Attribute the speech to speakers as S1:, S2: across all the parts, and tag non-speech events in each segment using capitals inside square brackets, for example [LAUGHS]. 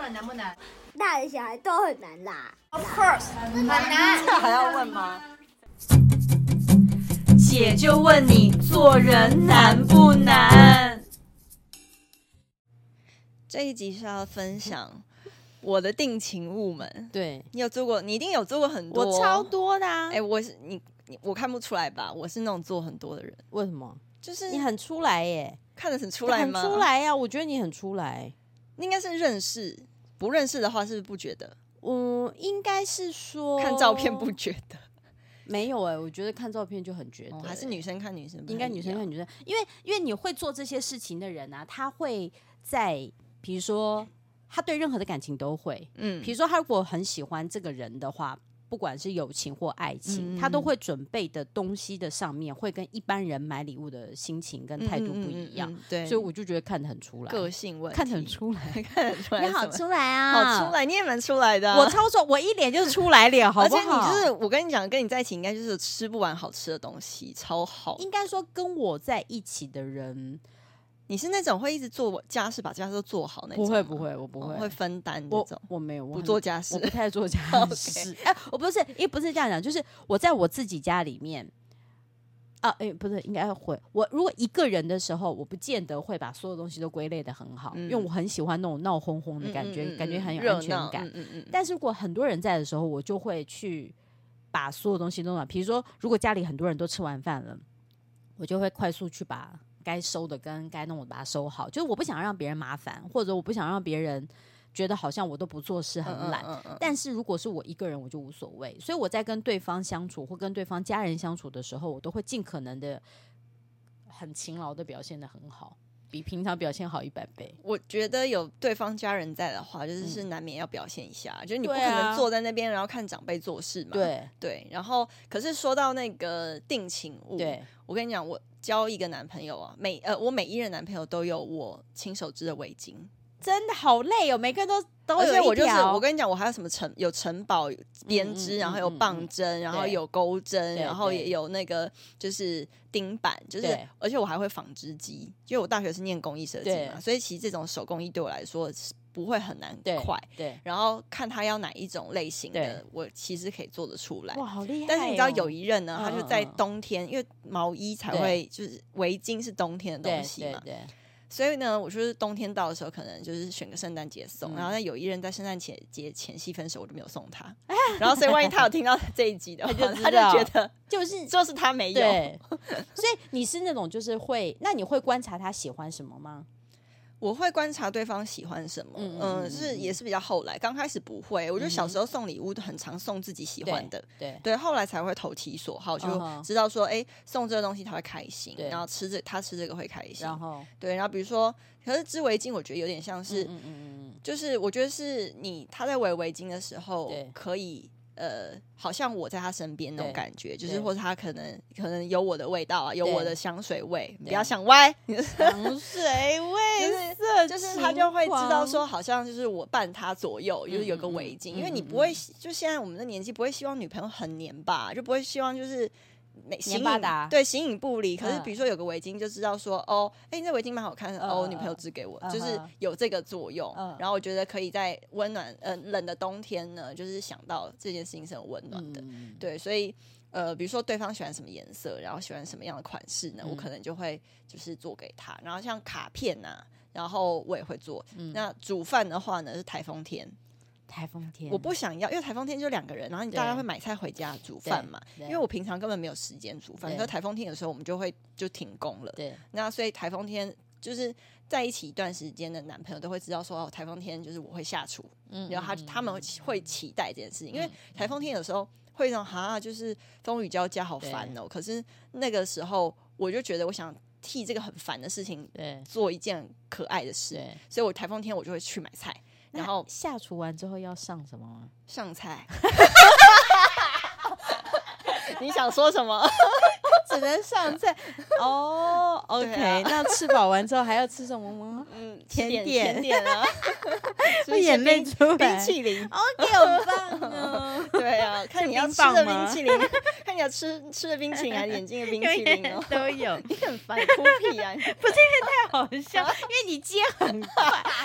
S1: 问难不难
S2: 大人小孩都很难啦。
S1: ？Of course，很难。
S3: 这还要问吗？
S4: 姐就问你做人难不难？
S5: 这一集是要分享我的定情物们。
S3: 对，
S5: 你有做过？你一定有做过很多，
S3: 我超。多的、啊
S5: 哎、我是你，你我看不出来吧？我是那种做很多的人，
S3: 为什么？
S5: 就是
S3: 你很出来耶，
S5: 看得很出来
S3: 很
S5: 吗？
S3: 出，来啊呀、我觉得你很出来。
S5: 应该是认识，不认识的话是不是不觉得？
S3: 嗯，应该是说
S5: 看照片不觉得？
S3: 没有哎、我觉得看照片就很觉得、
S5: 哦，还是
S3: 哎
S5: 女生看嗯女生不太一样？
S3: 应该女生跟女生，因为因为你会做这些事情的人啊，他会在比如说他对任何的感情都会，
S5: 嗯
S3: 比如说他如果很喜欢这个人的话，不管是友情或爱情，他都
S5: 嗯
S3: 会准备的东西的上面会跟一般人买礼物的心情跟态度不一
S5: 嗯嗯
S3: 样，
S5: 嗯嗯嗯对，
S3: 所以我就觉得看得很出来，
S5: 个性问题
S3: 看得很，出来，
S5: 看得出来
S3: [LAUGHS] 你
S5: 什么，
S3: 好出来哦啊，
S5: 好出。来，你也蛮出来的啊、
S3: 我操作，我一脸就是出来 [LAUGHS] 脸，好
S5: 而
S3: 不
S5: 且
S3: 好？
S5: 你就是，我跟你讲，跟你在一起应该就是吃不完好吃的东西，超好。
S3: 应该说跟我在一起的人，
S5: 你是那种会一直做家事，把家事都做好那种
S3: 不
S5: 吗？
S3: 会不会，我不
S5: 哦
S3: 啊会，
S5: 会分担那
S3: 我
S5: 种，
S3: 我没有，我
S5: 不
S3: 很
S5: 做家事
S3: 我。不太做 [LAUGHS] 家
S5: OK
S3: 事。哎、我不是，也不是这样讲，就是我在我自己家里面，啊，哎、不是，应该会。我如果一个人的时候，我不见得会把所有东西都归类的很好，因为
S5: 嗯
S3: 我很喜欢那种闹哄哄的感觉，
S5: 嗯嗯嗯
S3: 感觉很有
S5: 热
S3: 安全
S5: 闹
S3: 感。
S5: 嗯嗯嗯，
S3: 但是如果很多人在的时候，我就会去把所有东西弄好。比如说，如果家里很多人都吃完饭了，我就会快速去把该收的跟该弄的把它收好。就是我不想让别人麻烦，或者我不想让别人觉得好像我都不做事很懒。
S5: 嗯嗯嗯
S3: 但是如果是我一个人，我就无所谓。所以我在跟对方相处或跟对方家人相处的时候，我都会尽可能的很勤劳的表现的很好，比平常表现好一百倍。
S5: 我觉得有对方家人在的话，就是是难免要表现一下，就是你不可
S3: 嗯对啊
S5: 能坐在那边然后看长辈做事嘛。
S3: 对
S5: 对，然后可是说到那个定情物，
S3: 对，
S5: 我跟你讲，我交一个男朋友啊，每呃我每一任男朋友都有我亲手织的围巾，
S3: 真的好累哦，每个人都都
S5: 而且
S3: 有
S5: 我
S3: 一
S5: 就是
S3: 条。
S5: 我跟你讲，我还有什么城有城堡有编织，
S3: 嗯嗯
S5: 然后有棒针，然后有钩针，
S3: 对
S5: 然后
S3: 对
S5: 也有那个就是钉板，就是
S3: 对
S5: 而且我还会纺织机，因为我大学是念工艺设计
S3: 对
S5: 嘛，所以其实这种手工艺对我来说是不会很难
S3: 对
S5: 快。
S3: 对，
S5: 然后看他要哪一种类型
S3: 对
S5: 的，我其实可以做得出来。
S3: 哇，好厉害、哦
S5: 但是你知道有一任呢，
S3: 嗯
S5: 他就在
S3: 嗯嗯
S5: 冬天，因为毛衣才
S3: 对
S5: 会就是围巾是冬天的
S3: 对
S5: 东西
S3: 对
S5: 嘛，
S3: 对，
S5: 所以呢，我就是冬天到的时候，可能就是选个圣诞节送，
S3: 嗯
S5: 然后那有一人在圣诞节节前夕分手，我就没有送他。 [LAUGHS] 然后所以万一他有听到这一集的话，
S3: 他就知
S5: 他
S3: 道
S5: 就觉得
S3: 就是
S5: 就是他没有。
S3: 对。哦 [LAUGHS] 所以你是那种就是会，那你会观察他喜欢什么吗？
S5: 我会观察对方喜欢什么，
S3: 嗯嗯
S5: 嗯，
S3: 嗯
S5: 是
S3: 嗯
S5: 也是比较后来，刚开始不会。我觉
S3: 嗯
S5: 得
S3: 哼
S5: 小时候送礼物都很常送自己喜欢的。
S3: 对
S5: 对，后来才会投其所好，
S3: 嗯
S5: 就
S3: 哼
S5: 知道说，哎、送这个东西他会开心，
S3: 对
S5: 然后吃这他吃这个会开心，
S3: 然后
S5: 对，然后比如说，可是织围巾，我觉得有点像是，
S3: 嗯嗯嗯嗯，
S5: 就是我觉得是你他在围围巾的时候
S3: 对，
S5: 可以呃，好像我在他身边那种
S3: 对
S5: 感觉，就是
S3: 对
S5: 或者他可能可能有我的味道啊，有我
S3: 对
S5: 的香水味，
S3: 对
S5: 不要想歪， [LAUGHS]
S3: 糖水味色
S5: 就是
S3: 情
S5: 他就会知道
S3: 狂
S5: 说，好像就是我伴他左右，就是有个围巾，
S3: 嗯嗯
S5: 因为你
S3: 嗯
S5: 不会就现在我们的年纪不会希望女朋友很黏吧，就不会希望就是。每形
S3: 巴
S5: 影
S3: 达
S5: 对形影不离，可是
S3: 嗯
S5: 比如说有个围巾就知道说哦，哎、你这围巾蛮好看的、
S3: 嗯
S5: 哦，
S3: 嗯
S5: 女朋友
S3: 嗯
S5: 织给我，
S3: 嗯
S5: 就是
S3: 嗯
S5: 有这个作用。
S3: 嗯
S5: 然后我觉得可以在温暖呃冷的冬天呢，就是想到这件事情是很温暖的。
S3: 嗯，
S5: 对，所以呃，比如说对方喜欢什么颜色，然后喜欢什么样的款式呢，我
S3: 嗯
S5: 可能就会就是做给他。然后像卡片呐、然后我也会做。
S3: 嗯
S5: 那煮饭的话呢，是台风天，
S3: 台风天，
S5: 我不想要，因为台风天就两个人，然后你大家会买菜回家煮饭嘛。
S3: 对
S5: 因为我平常根本没有时间煮饭，
S3: 对
S5: 可是台风天有时候我们就会就停工了。
S3: 对
S5: 那所以台风天就是在一起一段时间的男朋友都会知道说，哦，台风天就是我会下厨，
S3: 嗯
S5: 然后他
S3: 嗯
S5: 他们会期待这件事情，因为台风天有时候会让哈，就是风雨交加，好烦哦。可是那个时候我就觉得，我想替这个很烦的事情
S3: 对
S5: 做一件可爱的事，
S3: 对，
S5: 所以我台风天我就会去买菜，然后
S3: 那下厨完之后要上什么啊吗？
S5: 上
S3: [LAUGHS]
S5: 菜。你想说什么？
S3: 只能上菜啊哦。 [LAUGHS]
S5: 对啊
S3: 那吃饱完之后还要吃什么吗？ [LAUGHS]
S5: 嗯，甜
S3: 点
S5: 甜点
S3: [LAUGHS]
S5: 啊，吃一些
S3: 眼泪
S5: 冰
S3: 出来
S5: 冰淇淋，
S3: ，OK，很棒哦。
S5: [LAUGHS] 对
S3: [LAUGHS]
S5: 啊，看你要
S3: 冰
S5: 吃
S3: 棒
S5: 的
S3: 吗。
S5: 冰淇淋， [LAUGHS] 看你要吃吃的冰淇淋还是眼睛的冰淇淋哦
S3: [LAUGHS] 都有，
S5: 你很烦，哭屁
S3: [LAUGHS]
S5: 啊！
S3: 好笑，因为你接很快，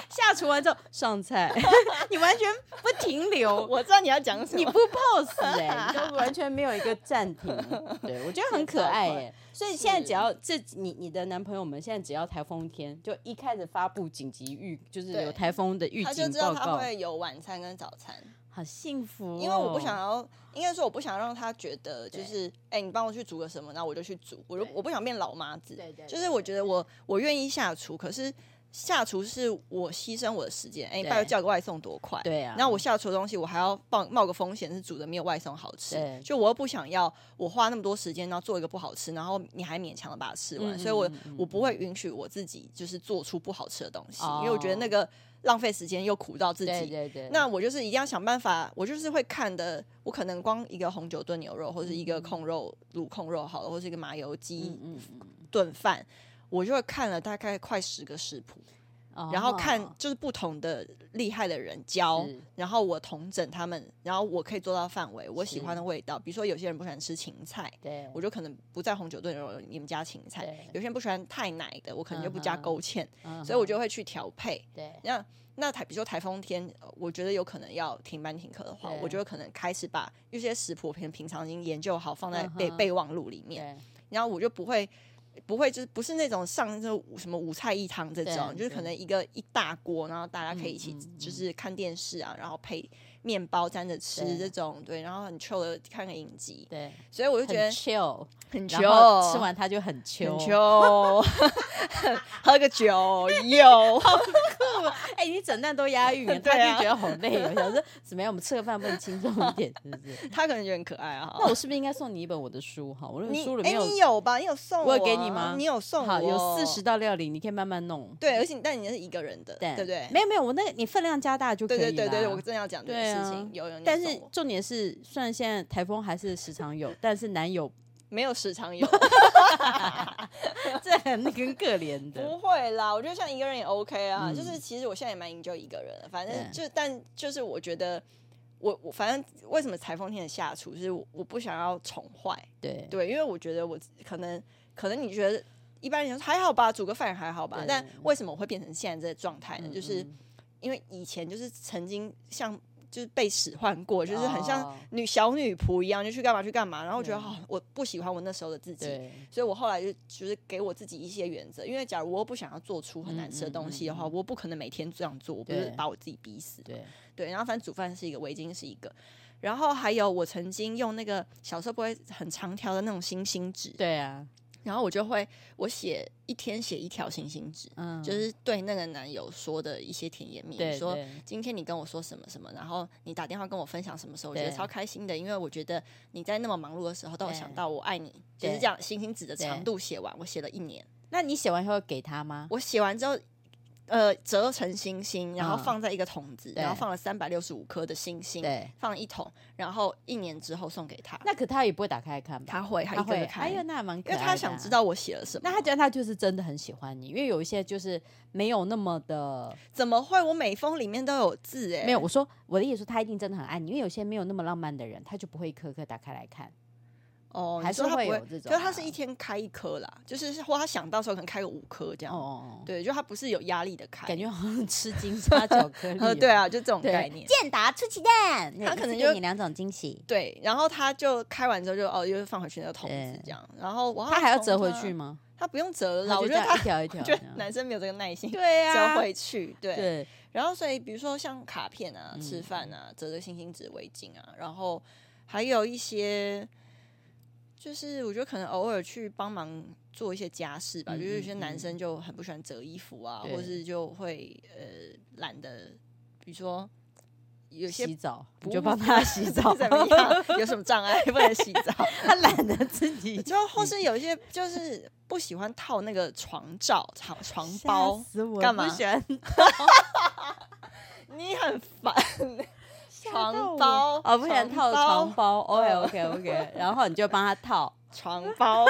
S3: 下厨完之后上菜， [LAUGHS] 你完全不停
S5: [LAUGHS] [LAUGHS]
S3: 留，
S5: 我知道你要讲什
S3: 你不
S5: 么。
S3: pose 哎、
S5: [LAUGHS]
S3: 你都完全没有一个暂停。对，我觉得很可爱哎、所以现在只要这你你的男朋友们现在只要台风天，就一开始发布紧急预，就是
S5: 对
S3: 有台风的预
S5: 他就
S3: 警
S5: 知道
S3: 报
S5: 他
S3: 告，
S5: 会有晚餐跟早餐，
S3: 好幸福、哦
S5: 因为我不想，要，应该说我不想让他觉得就是，哎、你帮我去煮个什么，然后我就去煮，我就我不想变老妈子。
S3: 对对对
S5: 就是我觉得我我愿意下厨，可是下厨是我牺牲我的时间。哎、你
S3: 对
S5: 拜托叫个外送多快？
S3: 对啊
S5: 然后我下厨的东西，我还要冒冒个风险，是煮的没有外送好吃
S3: 对。
S5: 就我又不想要我花那么多时间，然后做一个不好吃，然后你还勉强的把它吃完，
S3: 嗯
S5: 所以我
S3: 嗯嗯
S5: 我不会允许我自己就是做出不好吃的东西，
S3: 哦
S5: 因为我觉得那个浪费时间又苦到自己。
S3: 对对对，
S5: 那我就是一定要想办法，我就是会看的。我可能光一个红酒炖牛肉，或是一个控肉卤控肉好了，或是一个麻油鸡
S3: 嗯嗯
S5: 炖饭，我就会看了大概快十个食谱，
S3: 嗯，
S5: 然后看
S3: 哦
S5: 就是不同的厉害的人教
S3: 是，
S5: 然后我统整他们，然后我可以做到范围，我喜
S3: 是
S5: 欢的味道。比如说有些人不喜欢吃芹菜，
S3: 对，
S5: 我就可能不在红酒炖牛肉里面加芹菜
S3: 对；
S5: 有些人不喜欢太奶的，我可能就不加
S3: 嗯哼
S5: 勾芡，
S3: 嗯
S5: 所以我就
S3: 哼
S5: 会去调配。
S3: 对
S5: 那那台，比如说台风天，呃我觉得有可能要停班停课的话，
S3: 对
S5: 我就会可能开始把一些食谱平平常已经研究好，放在
S3: 嗯哼
S5: 备、备忘录里面，
S3: 对
S5: 然后我就不会。不会，就是不是那种上这种什么五菜一汤这种，
S3: 对
S5: 就是可能一个一大锅，然后大家可以一起
S3: 嗯嗯嗯
S5: 就是看电视啊，然后配面包沾着吃
S3: 对
S5: 这种，对，然后很 chill 的看个影集，
S3: 对，
S5: 所以我就觉
S3: 很
S5: 得
S3: chill，
S5: 很
S3: 然后吃完它就很 chill，
S5: 很 chill，喝个酒有。 [LAUGHS]
S3: 哎、你整段都押韵，他
S5: 对啊
S3: 就觉得好累哦。想说怎么样，我们吃个饭不能轻松一点，是不
S5: [LAUGHS]
S3: 是？
S5: 他可能觉得很可爱啊。
S3: 那我是不是应该送你一本我的书？哈，我那本
S5: 你
S3: 书里
S5: 哎，
S3: 面有
S5: 你有吧？你有送
S3: 我有给
S5: 啊
S3: 你吗
S5: 你有送
S3: 好
S5: 我
S3: 有四十道料理，你可以慢慢弄。
S5: 对，而且你但你那是一个人的，对不对？
S3: 没有没有，我那个你分量加大就
S5: 对
S3: 可以了。
S5: 对对对对，我正要讲这
S3: 对
S5: 件
S3: 啊
S5: 事情，有有。你有
S3: 但
S5: 送
S3: 是
S5: 我
S3: 重点是，虽然现在台风还是时常有，但是
S5: [LAUGHS]
S3: 男友
S5: 没有时常
S3: [LAUGHS]
S5: 有，
S3: 这很很可怜
S5: [LAUGHS]
S3: 的。
S5: 不会啦。我觉得像一个人也 OK 啊，
S3: 嗯
S5: 就是其实我现在也蛮 enjoy 一个人的，反正
S3: 对
S5: 就但就是我觉得。我我反正为什么台风天的下厨，就是我我不想要宠坏，
S3: 对
S5: 对，因为我觉得我可能可能你觉得一般人想说还好吧，煮个饭还好吧
S3: 对，
S5: 但为什么我会变成现在这个状态呢？
S3: 嗯
S5: 就是
S3: 嗯
S5: 因为以前就是曾经像就是被使唤过，就是很像
S3: 哦
S5: 女小女仆一样，就去干嘛去干嘛，然后我觉得
S3: 对
S5: 哦，我不喜欢我那时候的自己。
S3: 对
S5: 所以我后来就就是给我自己一些原则，因为假如我又不想要做出很难吃的东西的话，
S3: 嗯嗯嗯
S5: 我不可能每天这样做，我不是
S3: 对
S5: 把我自己逼死。
S3: 对，
S5: 对，然后反正煮饭是一个，围巾是一个，然后还有我曾经用那个小时候不会很长条的那种星星纸，
S3: 对啊，
S5: 然后我就会我写一天写一条星星纸，
S3: 嗯，
S5: 就是对那个男友说的一些甜言蜜
S3: 对
S5: 语，说
S3: 对
S5: 今天你跟我说什么什么，然后你打电话跟我分享什么时候，我觉得
S3: 对
S5: 超开心的，因为我觉得你在那么忙碌的时候，都有
S3: 对
S5: 想到我爱你，就是
S3: 对
S5: 这样星星纸的长
S3: 对
S5: 度写完，我写了一年，
S3: 那你写完以后给他吗？
S5: 我写完之后。呃，折成星星，然后
S3: 嗯
S5: 放在一个桶子，
S3: 对
S5: 然后放了三百六十五颗的星星，
S3: 对，
S5: 放一桶，然后一年之后送给他。
S3: 那可他也不会打开来看吧？
S5: 他会，他
S3: 他
S5: 一个
S3: 会，
S5: 个看，
S3: 哎呀，
S5: 因
S3: 那还蛮可
S5: 为
S3: 爱的啊。
S5: 他想知道我写了什么。
S3: 那他觉得他就是真的很喜欢你，因为有一些就是没有那么的，
S5: 怎么会？我每封里面都有字哎，
S3: 没有。我说我的意思说他一定真的很爱你，因为有些没有那么浪漫的人，他就不会一颗颗打开来看。
S5: 哦，你
S3: 还是
S5: 说他不
S3: 会
S5: 会
S3: 有这种
S5: 可是他
S3: 啊
S5: 是一天开一颗啦，就是或他想到时候可能开个五颗这
S3: 哦
S5: 样。
S3: 哦哦，
S5: 对，就他不是有压力的开，
S3: 感觉好像吃
S5: [LAUGHS]
S3: 金沙巧克力。
S5: 呃， [LAUGHS] 对，啊，就这种
S3: 对
S5: 概念。
S3: 健达出奇蛋，
S5: 他
S3: 一
S5: 可
S3: 次
S5: 能
S3: 给
S5: 就
S3: 你两种惊喜，
S5: 对，然后他就开完之后就哦，又放回去那个桶子
S3: 对
S5: 这样，然后我
S3: 他还要
S5: 哦从
S3: 折回
S5: 他
S3: 去，吗？
S5: 他不用折了啦，
S3: 他
S5: 我
S3: 就
S5: 觉得
S3: 这
S5: 他
S3: 样一条一条
S5: 我觉
S3: 这
S5: 得
S3: 样
S5: 男生没有这个耐心
S3: 对
S5: 折
S3: 啊
S5: 回去，对。
S3: 对，
S5: 然后所以比如说像卡片啊、
S3: 嗯
S5: 吃饭啊、折个星星纸、围巾啊，然后还有一些，就是我觉得可能偶尔去帮忙做一些家事吧，
S3: 嗯
S5: 就是有些
S3: 嗯
S5: 男
S3: 嗯
S5: 生就很不喜欢折衣服啊，
S3: 对
S5: 或是就会呃懒得，比如说有些
S3: 洗澡，
S5: 不
S3: 你就帮他洗
S5: [LAUGHS]
S3: 澡，
S5: 怎么样？有什么障碍不能洗
S3: [LAUGHS]
S5: 澡？
S3: 他懒得自己
S5: 就或是有一些就是不喜欢套那个床罩、床床
S3: 吓
S5: 包，
S3: 死我
S5: 干嘛
S3: 不喜欢
S5: 你很 [LAUGHS] 烦。床包
S3: 床包哦，不想套床
S5: 包
S3: 包，OK OK OK，然后你就帮他套，
S5: 床包，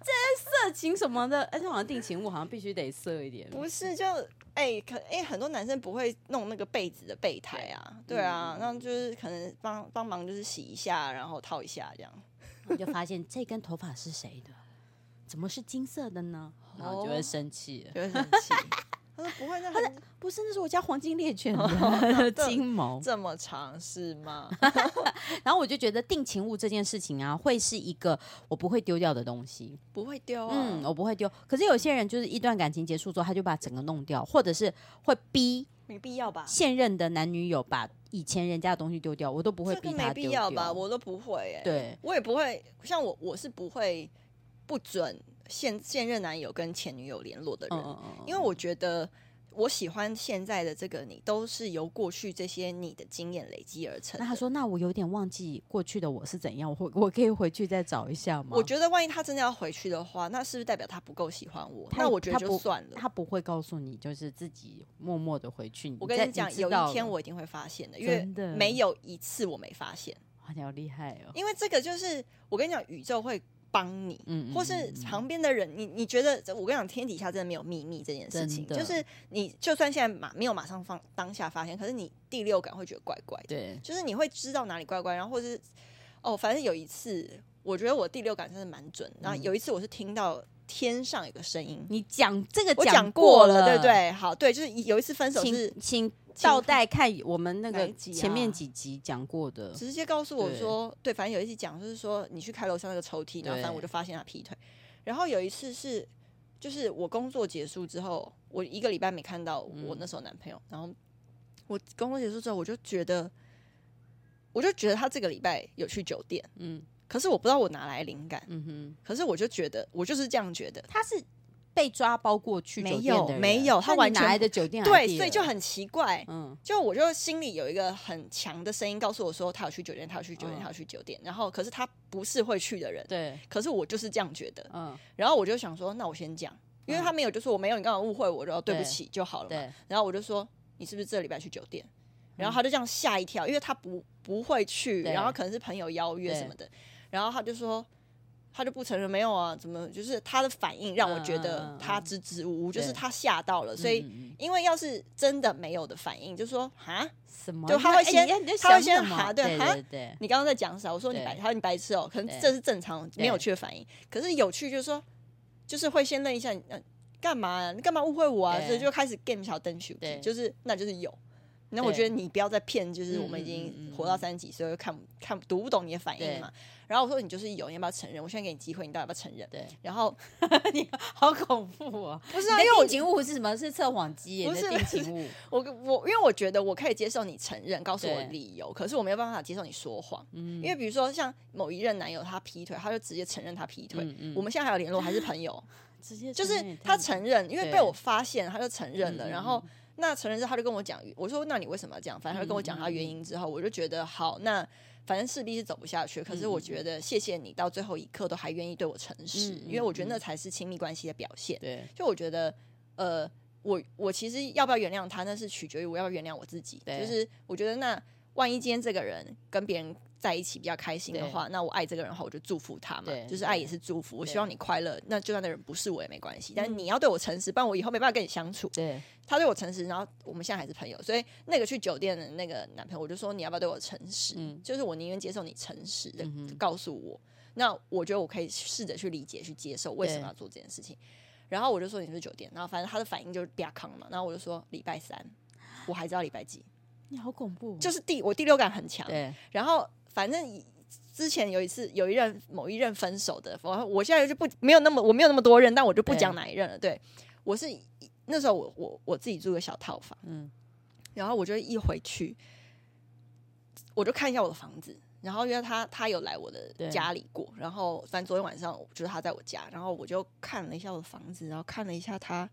S3: 这色情什么的，而哎且好像定情物好像必须得色一 [LAUGHS] 点。
S5: [LAUGHS] 不是就哎、可哎、很多男生不会弄那个被子的备胎
S3: 嗯
S5: 啊，对啊，那就是可能帮帮忙就是洗一下，然后套一下这样。
S3: 我就发现这根头发是谁的？怎么是金色的呢？然 [LAUGHS] 后就会生气了。
S5: 就会生气。他说不会，那很
S3: 哦不是，那是我家黄金猎犬的 [LAUGHS] 金毛。
S5: 这么长是吗？
S3: [LAUGHS] 然后我就觉得定情物这件事情啊，会是一个我不会丢掉的东西。
S5: 不会丢啊。
S3: 嗯，我不会丢。可是有些人就是一段感情结束之后，他就把整个弄掉，或者是会逼
S5: 没必要吧？
S3: 现任的男女友把以前人家的东西丢掉，我都不会
S5: 这
S3: 逼
S5: 个
S3: 他
S5: 没
S3: 丢
S5: 必
S3: 掉。
S5: 要吧？我都不会哎、
S3: 对，
S5: 我也不会。像我，我是不会不准现现任男友跟前女友联络的人，
S3: 嗯嗯嗯，
S5: 因为我觉得我喜欢现在的这个你，都是由过去这些你的经验累积而成的。
S3: 那他说，那我有点忘记过去的我是怎样，我会我可以回去再找一下吗？
S5: 我觉得万一他真的要回去的话，那是不是代表他不够喜欢我？
S3: 他
S5: 那我觉得
S3: 他
S5: 就
S3: 不
S5: 算了。
S3: 他不会告诉你，就是自己默默的回去。
S5: 我跟
S3: 在
S5: 你讲，
S3: 知
S5: 有
S3: 道
S5: 一天
S3: 了
S5: 我一定会发现的，因为
S3: 真的
S5: 没有一次我没发现，
S3: 哇你好厉害哦，
S5: 因为这个就是我跟你讲，宇宙会帮你，
S3: 嗯嗯
S5: 或是
S3: 嗯嗯
S5: 旁边的人，你你觉得我跟你讲，天底下真的没有秘密这件事情，
S3: 真
S5: 就
S3: 的
S5: 是你就算现在马没有马上放当下发现，可是你第六感会觉得怪怪的，
S3: 对，
S5: 就是你会知道哪里怪怪，然后或是哦，反正有一次，我觉得我第六感真的蛮准，然后有一次我是听到天上有个声音。
S3: 嗯你讲这个
S5: 我
S3: 讲
S5: 过
S3: 了，
S5: 对不？对？好，对，就是有一次分手是
S3: 请请倒带看我们那
S5: 哪
S3: 个
S5: 一集啊
S3: 前面几集讲过的，
S5: 直接告诉我
S3: 对
S5: 说，对，反正有一次讲就是说你去开楼上那个抽屉，然后反正
S3: 对
S5: 我就发现他劈腿。然后有一次是，就是我工作结束之后，我一个礼拜没看到我那时
S3: 嗯
S5: 候男朋友，然后我工作结束之后，我就觉得，我就觉得他这个礼拜有去酒店，
S3: 嗯
S5: 可是我不知道我哪来灵感，
S3: 嗯哼，
S5: 可是我就觉得我就是这样觉得，
S3: 他是被抓包过去
S5: 没
S3: 酒店的
S5: 有
S3: 人
S5: 没有他
S3: 那你
S5: 完全
S3: 哪来的酒店 idea？
S5: 对，所以就很奇怪，
S3: 嗯
S5: 就我就心里有一个很强的声音告诉我说，他有去酒店，他有去酒店，
S3: 嗯
S5: 他有去酒店。然后，可是他不是会去的人，
S3: 对，
S5: 可是我就是这样觉得。
S3: 嗯
S5: 然后我就想说，那我先讲，因为他没有就说我没有，你刚刚误会我，然后对不
S3: 对
S5: 起就好了嘛。
S3: 嗯对，嗯
S5: 然后我就说，你是不是这礼拜去酒店？然后他就这样吓一跳，因为他不不会去，
S3: 对
S5: 然后可能是朋友邀约什么的。然后他就说，他就不承认没有啊，怎么就是他的反应让我觉
S3: 嗯嗯
S5: 得
S3: 嗯
S5: 他支支吾吾，就是
S3: 对
S5: 他吓到了，所以。
S3: 嗯嗯嗯
S5: 因为要是真的没有的反应，就说啊，
S3: 什么？
S5: 就他
S3: 你
S5: 会
S3: 哎
S5: 先
S3: 你你在
S5: 他会
S3: 想
S5: 先
S3: 什么
S5: 哈对
S3: 对
S5: 哈
S3: 对对，
S5: 你刚刚在讲啥？我说你白，
S3: 对
S5: 他说你白痴哦、可能
S3: 对
S5: 这是正常
S3: 对
S5: 没有趣的反应。可是有趣就是说，就是会先认一下你，呃干嘛啊、你干嘛误会我啊？
S3: 对
S5: 所以就开始 game 小灯球
S3: 对，
S5: 就是那就是有。那
S3: 对
S5: 我觉得你不要再骗，就是
S3: 嗯
S5: 我们已
S3: 嗯嗯
S5: 经
S3: 嗯
S5: 活到三十几岁，就看不看不读不懂你的反应嘛。然后我说你就是有，你要不要承认？我现在给你机会，你到底要不要承认？ [LAUGHS]
S3: 对，
S5: 然
S3: [LAUGHS]
S5: 后
S3: 好恐怖哦！
S5: 不是
S3: 那
S5: 啊，因为我
S3: 定情物是什么？是测谎机耶，
S5: 不
S3: 你的
S5: 是
S3: 定情物。
S5: 我我因为我觉得我可以接受你承认，告诉我
S3: 对嗯
S5: 理由，可是我没有办法接受你说谎。因为比如说像某一任男友他劈腿，他就直接承认他劈腿。 [LAUGHS]
S3: 嗯嗯
S5: 我们现在还有联络，还是朋
S3: [LAUGHS]
S5: 友，
S3: 直接
S5: 就是他承认，因为被
S3: 对
S5: 我发现，他就承认了。
S3: 嗯嗯
S5: 然后那承认之后，他就跟我讲，我说那你为什么要这样？反正他就跟我讲他原因之
S3: 嗯
S5: 后，我就觉得好，那反正势必是走不下去。可是我
S3: 嗯
S5: 觉得谢谢你到最后一刻都还愿意对我诚实，
S3: 嗯嗯
S5: 因为我觉得那才是亲密关系的表现。
S3: 对
S5: 就我觉得，呃，我我其实要不要原谅他，那是取决于我要不要原谅我自己。
S3: 对
S5: 就是我觉得那万一今天这个人跟别人在一起比较开心的
S3: 对
S5: 话，那我爱这个人的话，我就祝福他嘛
S3: 对。
S5: 就是爱
S3: 对
S5: 也是祝福，我
S3: 对嗯
S5: 希望你快乐。那就算那人不是我也没关系，但是你要对我诚实，不然我以后没办法跟你相处。
S3: 对
S5: 他对我诚实，然后我们现在还是朋友，所以那个去酒店的那个男朋友，我就说你要不要对我诚实？
S3: 嗯
S5: 就是我宁愿接受你诚实的
S3: 嗯哼
S5: 告诉我，那我觉得我可以试着去理解、去接受为什么要做这件事情。然后我就说你是酒店，然后反正他的反应就是啪康嘛，然后我就说礼拜三，我还知道礼拜几，
S3: 你好恐怖哦，
S5: 就是第我第六感很强，
S3: 对
S5: 然后反正以之前有一次有一任某一任分手的，我我现在就不没有那么我没有那么多任，但我就不讲哪一任了。对我是以那时候我我我自己住个小套房，
S3: 嗯
S5: 然后我就一回去，我就看一下我的房子。然后因为他他有来我的
S3: 对
S5: 家里过，然后反正昨天晚上就是他在我家，然后我就看了一下我的房子，然后看了一下他，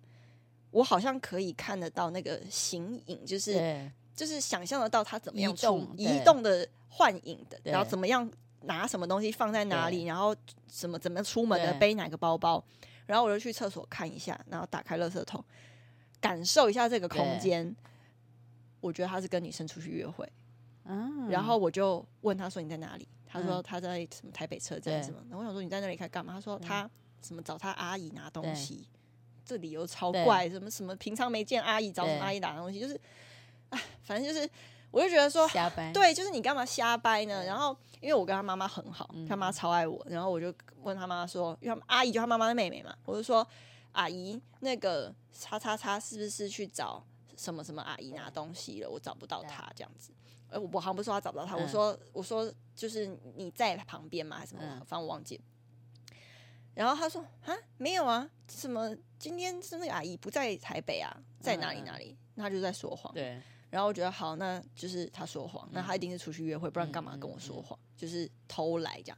S5: 我好像可以看得到那个形影，就是
S3: 对
S5: 就是想象得到他怎么样
S3: 移
S5: 处
S3: 动
S5: 移
S3: 对
S5: 动的幻影的，
S3: 对
S5: 然后怎么样拿什么东西放在哪里，然后什么怎么出门的，
S3: 对
S5: 背哪个包包，然后我就去厕所看一下，然后打开垃圾桶，感受一下这个空
S3: 对
S5: 间。我觉得他是跟女生出去约会，
S3: 嗯
S5: 然后我就问他说你在哪里？他说
S3: 嗯
S5: 他在什么台北车站
S3: 对嗯
S5: 什么的。我想说你在那里看干嘛？他说他什么找他阿姨拿东
S3: 对
S5: 西，这理由超
S3: 对
S5: 怪，什么什么平常没见阿姨找什么
S3: 对
S5: 阿姨拿东西，就是，哎，反正就是，我就觉得说，
S3: 加班，
S5: 对，就是你干嘛瞎掰呢？然后因为我跟他妈妈很好，
S3: 嗯
S5: 他妈超爱我，然后我就问他妈妈说，因为他阿姨就他妈妈的妹妹嘛，我就说阿姨，那个叉叉叉是不是去找什么什么阿姨拿东西了？我找不到她这样子。哎，我我好像不是说他找不到她，我
S3: 嗯
S5: 说我说就是你在旁边嘛，还是什么？
S3: 嗯
S5: 反正我忘记了。然后他说啊，没有啊，什么今天是那个阿姨不在台北啊，在哪里
S3: 嗯嗯
S5: 哪里？那他就在说谎。
S3: 对，
S5: 然后我觉得好，那就是他说
S3: 嗯
S5: 谎，那他一定是出去约会，不然干嘛跟我说谎？就是偷来这样，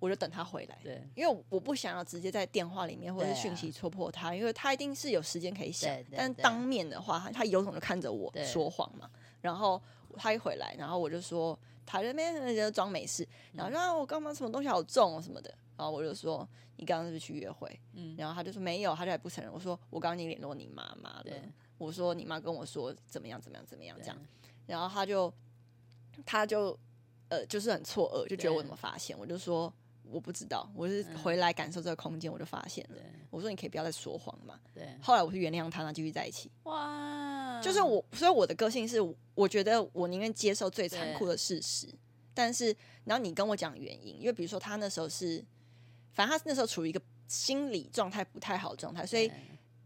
S5: 我就等他回来，
S3: 对，
S5: 因为我不想要直接在电话里面或者是
S3: 对啊
S5: 讯息戳破他，因为他一定是有时间可以想
S3: 对，对
S5: 但
S3: 对
S5: 当面的话，他有种就看着我
S3: 对
S5: 说谎嘛。然后他一回来，然后我就说他在那边就装没事，然后说、啊、我干嘛什么东西好重、哦、什么的，然后我就说你刚刚是不是去约会？
S3: 嗯
S5: 然后他就说没有，他就还不承认。我说我刚刚已经联络你妈妈了
S3: 对，
S5: 我说你妈跟我说怎么样怎么样怎么样这样
S3: 对，
S5: 然后他就他就呃就是很错愕，就觉得
S3: 对
S5: 我怎么发现，我就说我不知道，我是
S3: 嗯
S5: 回来感受这个空间我就发现了，
S3: 对
S5: 我说你可以不要再说谎嘛。
S3: 对，
S5: 后来我是原谅他，那继续在一起。
S3: 哇，
S5: 就是我，所以我的个性是，我觉得我宁愿接受最残酷的事实，但是然后你跟我讲原因，因为比如说他那时候是，反正他那时候处于一个心理状态不太好的状态，所以
S3: 对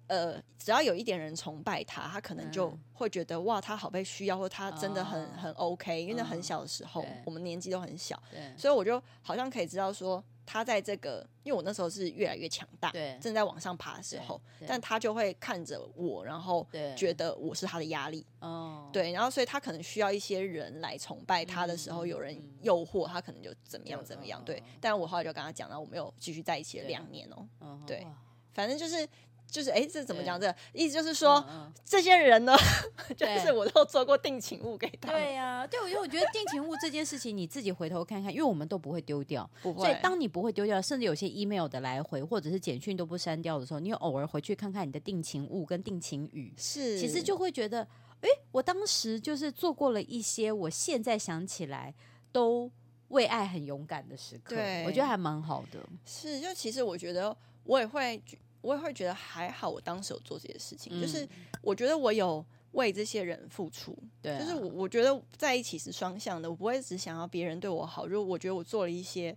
S5: 呃，只要有一点人崇拜他，他可能就
S3: 嗯
S5: 会觉得、哇，他好被需要，或他真的很、
S3: 哦
S5: 很 OK，因为那
S3: 嗯
S5: 很小的时候，
S3: 对
S5: 我们年纪都很小，
S3: 对
S5: 所以我就好像可以知道说，他在这个，因为我那时候是越来越强大，
S3: 对
S5: 正在往上爬的时
S3: 对
S5: 候，
S3: 对
S5: 但他就会看着我，然后
S3: 对
S5: 觉得我是他的压力，
S3: 哦，
S5: 对，然后所以他可能需要一些人来崇拜他的时候，
S3: 嗯
S5: 有人
S3: 嗯
S5: 诱惑他，可能就怎么样
S3: 就
S5: 怎么
S3: 嗯
S5: 样，
S3: 嗯
S5: 对
S3: 嗯。
S5: 但我后来就跟他讲，然后我们又继续在一起了
S3: 对
S5: 两年哦、
S3: 嗯哼，
S5: 对
S3: 哇
S5: 反正就是。就是哎，这怎么
S3: 对
S5: 讲？这个意思就是说，
S3: 嗯嗯
S5: 这些人呢， [LAUGHS] 就是
S3: 对
S5: 我都做过定情物给他们，
S3: 对呀、对，因为我觉得定情物这件事情，你自己回头看看，因为我们都不会丢掉，
S5: 不
S3: 所以
S5: 会
S3: 当你不会丢掉，甚至有些 email 的来回或者是简讯都不删掉的时候，你偶尔回去看看你的定情物跟定情语，
S5: 是
S3: 其实就会觉得，诶，我当时就是做过了一些我现在想起来都为爱很勇敢的时刻，
S5: 对
S3: 我觉得还蛮好的。
S5: 是，就其实我觉得我也会觉，我也会觉得还好，我当时有做这些事情，就是
S3: 嗯
S5: 我觉得我有为这些人付出，
S3: 对啊、
S5: 就是我我觉得在一起是双向的，我不会只想要别人对我好，如果我觉得我做了一些。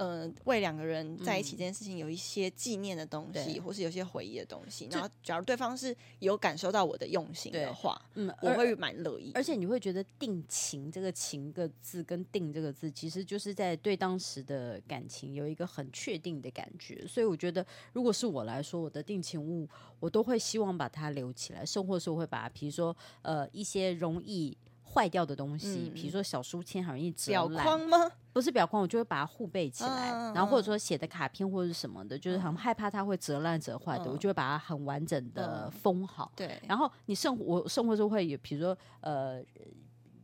S5: 嗯、为两个人在一起
S3: 嗯
S5: 这件事情有一些纪念的东西，
S3: 对
S5: 或是有些回忆的东西。
S3: 这
S5: 然后，假如对方是有感受到我的用心的
S3: 对
S5: 话，
S3: 嗯，
S5: 我
S3: 而
S5: 会蛮乐意。
S3: 而且你会觉得“定情”这个“情”个字跟“定”这个字，其实就是在对当时的感情有一个很确定的感觉。所以我觉得，如果是我来说，我的定情物，我都会希望把它留起来，甚或是我会把它，比如说呃一些容易。坏掉的东西
S5: 嗯，
S3: 比如说小书签，很容易折
S5: 表
S3: 烂，
S5: 框吗？
S3: 不是表框，我就会把它护备起来，
S5: 嗯嗯
S3: 然后或
S5: 嗯
S3: 者说写的卡片或者是什么的，就是很害怕它会折烂折坏的，
S5: 嗯
S3: 我就会把它很完整的
S5: 嗯
S3: 封好。
S5: 对，
S3: 然后你生活我生活中会有，比如说呃，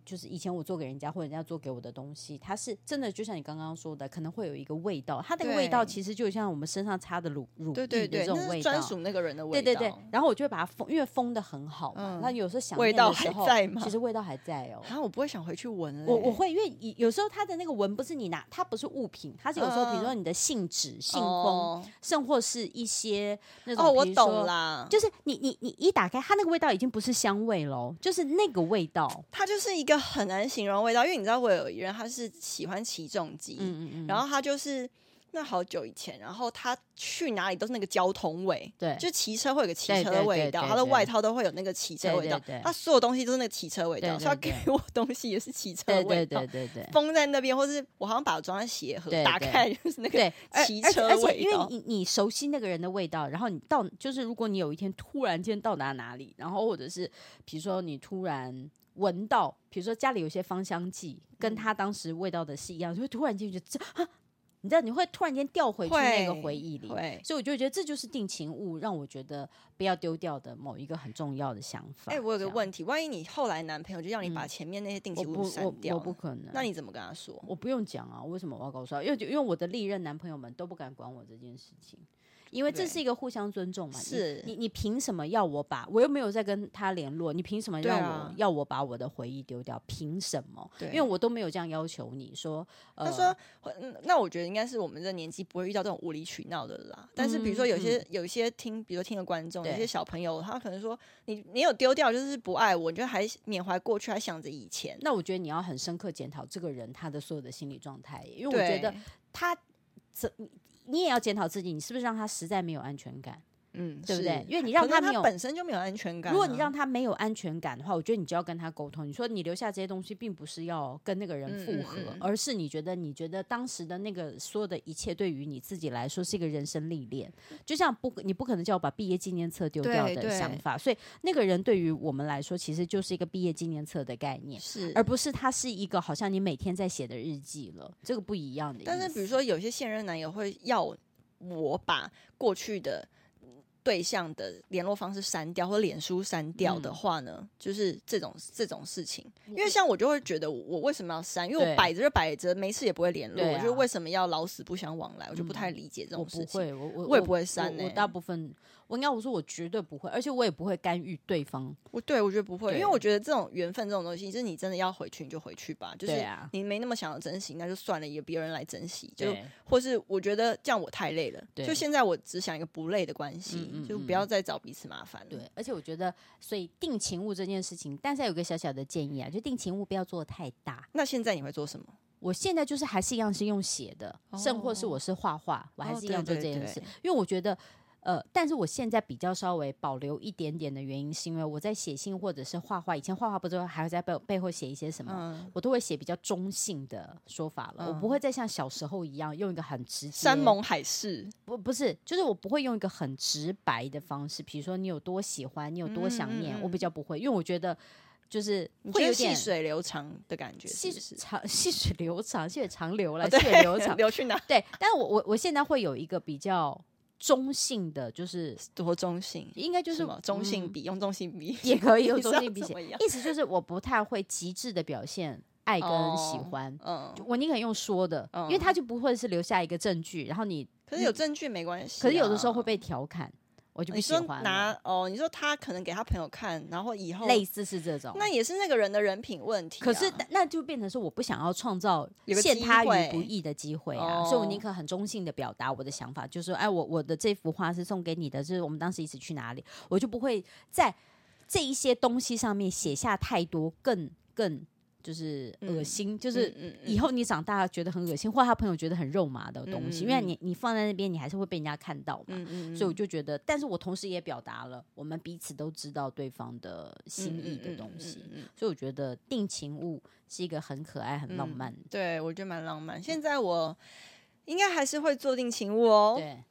S3: 就是以前我做给人家或人家做给我的东西，它是真的就像你刚刚说的，可能会有一个味道，它那个味道
S5: 对
S3: 其实就像我们身上擦的乳乳
S5: 对
S3: 液
S5: 对
S3: 的
S5: 对，
S3: 这种
S5: 那
S3: 味
S5: 是
S3: 道
S5: 专。属那个人的味
S3: 对
S5: 道。
S3: 对对，然后我就会把它封，因为封的很好嘛
S5: 嗯。
S3: 那、有时候想
S5: 味
S3: 念的
S5: 道
S3: 时
S5: 还
S3: 候
S5: 在吗
S3: 其实味道还在哦。
S5: 啊，我不会想回去闻嘞。
S3: 我我会，因为有有时候它的那个闻不是你拿，它不是物品，它是有时候比如说
S5: 嗯
S3: 你的信纸、信封，
S5: 哦
S3: 甚或是一些那种
S5: 哦，我
S3: 比如说
S5: 懂啦，
S3: 就是你你你一打开，它那个味道已经不是香味喽，就是那个味道。
S5: 它就是一个很难形容的味道，因为你知道我有一人他是喜欢起重机，
S3: 嗯嗯嗯
S5: 然后他就是那好久以前，然后他去哪里都是那个交通味。
S3: 对，
S5: 就骑车会有个骑
S3: 对
S5: 车
S3: 对
S5: 的
S3: 对
S5: 味
S3: 对
S5: 道，
S3: 对
S5: 他的
S3: 对
S5: 外套都会有那个骑车
S3: 对
S5: 味
S3: 对
S5: 道
S3: 对，
S5: 他所有东西都是那个骑车味
S3: 对
S5: 道，
S3: 对
S5: 所以他
S3: 对
S5: 给我东西也是骑车
S3: 对
S5: 味
S3: 对
S5: 道
S3: 对，对对。
S5: 封在那边，或是我好像把它装在鞋盒，
S3: 对
S5: 打
S3: 对
S5: 开就是那个
S3: 对，而
S5: 骑
S3: 而且
S5: 车
S3: 而且，
S5: 味
S3: 因为
S5: 道
S3: 你你熟悉那个人的味道，然后你到就是，如果你有一天突然间到达哪里，然后或者是比如说你突然闻到，比如说家里有些芳香剂，
S5: 嗯
S3: 跟他当时味道的是一样，就 [GASPS] 会突然间觉得这啊，你知道你会突然间掉回去那个
S5: 会
S3: 回忆里，
S5: 会
S3: 所以我就觉得这就是定情物，让我觉得不要丢掉的某一个很重要的想法。
S5: 哎、我有
S3: 这
S5: 个
S3: 样嗯
S5: 问题，万一你后来男朋友就让你把前面那些定期
S3: 我
S5: 物
S3: 不
S5: 删
S3: 我
S5: 掉
S3: 我不
S5: 呢，
S3: 可能。
S5: 那你怎么跟他说？
S3: 我不用讲啊，为什么我要告诉他？因为因为我的历任男朋友们都不敢管我这件事情，因为这
S5: 对
S3: 是一个互相尊重嘛。你
S5: 是
S3: 你你凭什么要我把我又没有在跟他联络，你凭什么
S5: 对
S3: 让我、
S5: 啊
S3: 要我把我的回忆丢掉？凭什么？
S5: 对
S3: 因为我都没有这样要求你说，呃、
S5: 他说，嗯那我觉得应该是我们这年纪不会遇到这种无理取闹的了啦。但是比如说有些、有一些听，比如说听的观众，有
S3: 对
S5: 些小朋友，他可能说你你有丢掉就是不爱我，你就还缅怀过去，还想着以前。
S3: 那我觉得你要很深刻检讨这个人他的所有的心理状态，因为我
S5: 对
S3: 觉得他这你你也要检讨自己，你是不是让他实在没有安全感，
S5: 嗯，
S3: 对不
S5: 是
S3: 对？因为你
S5: 可
S3: 让
S5: 能他
S3: 没有。
S5: 本身就没有安全感啊、
S3: 如果你让他没有安全感的话，我觉得你就要跟他沟通。你说你留下这些东西，并不是要跟那个人
S5: 嗯
S3: 复
S5: 嗯
S3: 合，
S5: 嗯
S3: 而是你觉得你觉得当时的那个所有的一切，对于你自己来说是一个人生历练。就像不，你不可能叫我把毕业纪念册丢掉
S5: 对
S3: 的
S5: 对
S3: 想法。所以那个人对于我们来说，其实就是一个毕业纪念册的概念。
S5: 是，
S3: 而不是它是一个好像你每天在写的日记了，这个不一样的意思。
S5: 但是比如说有些现任男友会要我把过去的对象的联络方式删掉，或脸书删掉的
S3: 嗯
S5: 话呢，就是这种这种事情。因为像我就会觉得我我为什么要删？因为我
S3: 对
S5: 摆着就摆着，没事也不会联络，
S3: 对
S5: 我就
S3: 啊
S5: 为什么要老死不相往来？我就不
S3: 嗯
S5: 太理解这
S3: 我
S5: 种事情。
S3: 不会，我我
S5: 我也不会删
S3: 我
S5: 欸
S3: 大部分我应该我说我绝对不会，而且我也不会干预对方。
S5: 我对我觉得不会，因为
S3: 对
S5: 我觉得这种缘分这种东西，就是你真的要回去你就回去吧，就是
S3: 对啊
S5: 你没那么想要珍惜，那就算了，也别人来珍惜，就或是我觉得这样我太累了，
S3: 对
S5: 就现在我只想一个不累的关系，
S3: 嗯嗯
S5: 就
S3: 嗯
S5: 不要再找彼此麻烦了。
S3: 对，而且我觉得，所以定情物这件事情，但是有个小小的建议啊，就定情物不要做得太大。
S5: 那现在你会做什么？
S3: 我现在就是还是一样是用写的，甚或是
S5: 哦
S3: 我是画画，我还
S5: 哦
S3: 是一
S5: 对
S3: 样做
S5: 对
S3: 这件
S5: 对
S3: 事，因为我觉得。呃，但是我现在比较稍微保留一点点的原因，是因为我在写信或者是画画，以前画画不是还会在背背后写一些什么，
S5: 嗯，
S3: 我都会写比较中性的说法了，我不
S5: 嗯
S3: 会再像小时候一样用一个很直接。
S5: 山盟海誓，
S3: 不不是，就是我不会用一个很直白的方式，比如说你有多喜欢，你有多想念，
S5: 嗯嗯嗯
S3: 我比较不会，因为我觉得就是
S5: 你
S3: 会
S5: 觉
S3: 有
S5: 得细
S3: 点
S5: 水流长的感觉是不是，
S3: 长 [LAUGHS] 细水流长，细水长流了，
S5: 哦
S3: 细
S5: 对
S3: 水流
S5: [LAUGHS]
S3: 长。
S5: 流
S3: [LAUGHS]
S5: 去哪？
S3: 对，但是我我我现在会有一个比较中性的，就是
S5: 多中性，
S3: 应该就是
S5: 什么中性
S3: 嗯
S5: 笔，用中性笔
S3: 也可以
S5: [LAUGHS]
S3: 用
S5: 你知
S3: 中
S5: 道
S3: 性笔
S5: 怎
S3: 写
S5: 么样，
S3: 意思就是我不太会极致的表现爱跟喜
S5: 哦
S3: 欢。
S5: 嗯
S3: 就，我宁可用说的，因为
S5: 嗯
S3: 他就不会是留下一个证据，然后你
S5: 可是有证据没关系啊、
S3: 嗯可是有的时候会被调侃，我就不
S5: 你
S3: 喜
S5: 说
S3: 欢
S5: 拿
S3: 了。
S5: 哦，你说他可能给他朋友看，然后以后
S3: 类似是这种，
S5: 哦那也是那个人的人品问题啊、
S3: 可是那那就变成是我不想要创造
S5: 有个
S3: 陷
S5: 机
S3: 他
S5: 会
S3: 于不义的机会啊，所以我宁
S5: 哦
S3: 可很中性的表达我的想法，就是说哎，我我的这幅画是送给你的，就是我们当时一起去哪里，我就不会在这一些东西上面写下太多更更就是恶
S5: 嗯
S3: 心，就是
S5: 嗯嗯嗯
S3: 以后你长大觉得很恶心，或他朋友觉得很肉麻的东
S5: 嗯
S3: 西，
S5: 嗯
S3: 因为
S5: 嗯
S3: 你你放在那边，你还是会被人家看到嘛。
S5: 嗯嗯，
S3: 所以我
S5: 嗯
S3: 就觉得，但是我同时也表达了，我们彼此都知道对方的心意的东西，
S5: 嗯嗯嗯嗯嗯
S3: 所以我觉得定情物是一个很可爱、很浪漫。
S5: 对我觉得哦蛮浪漫。现在我应该还是会做定情物哦，
S3: 对，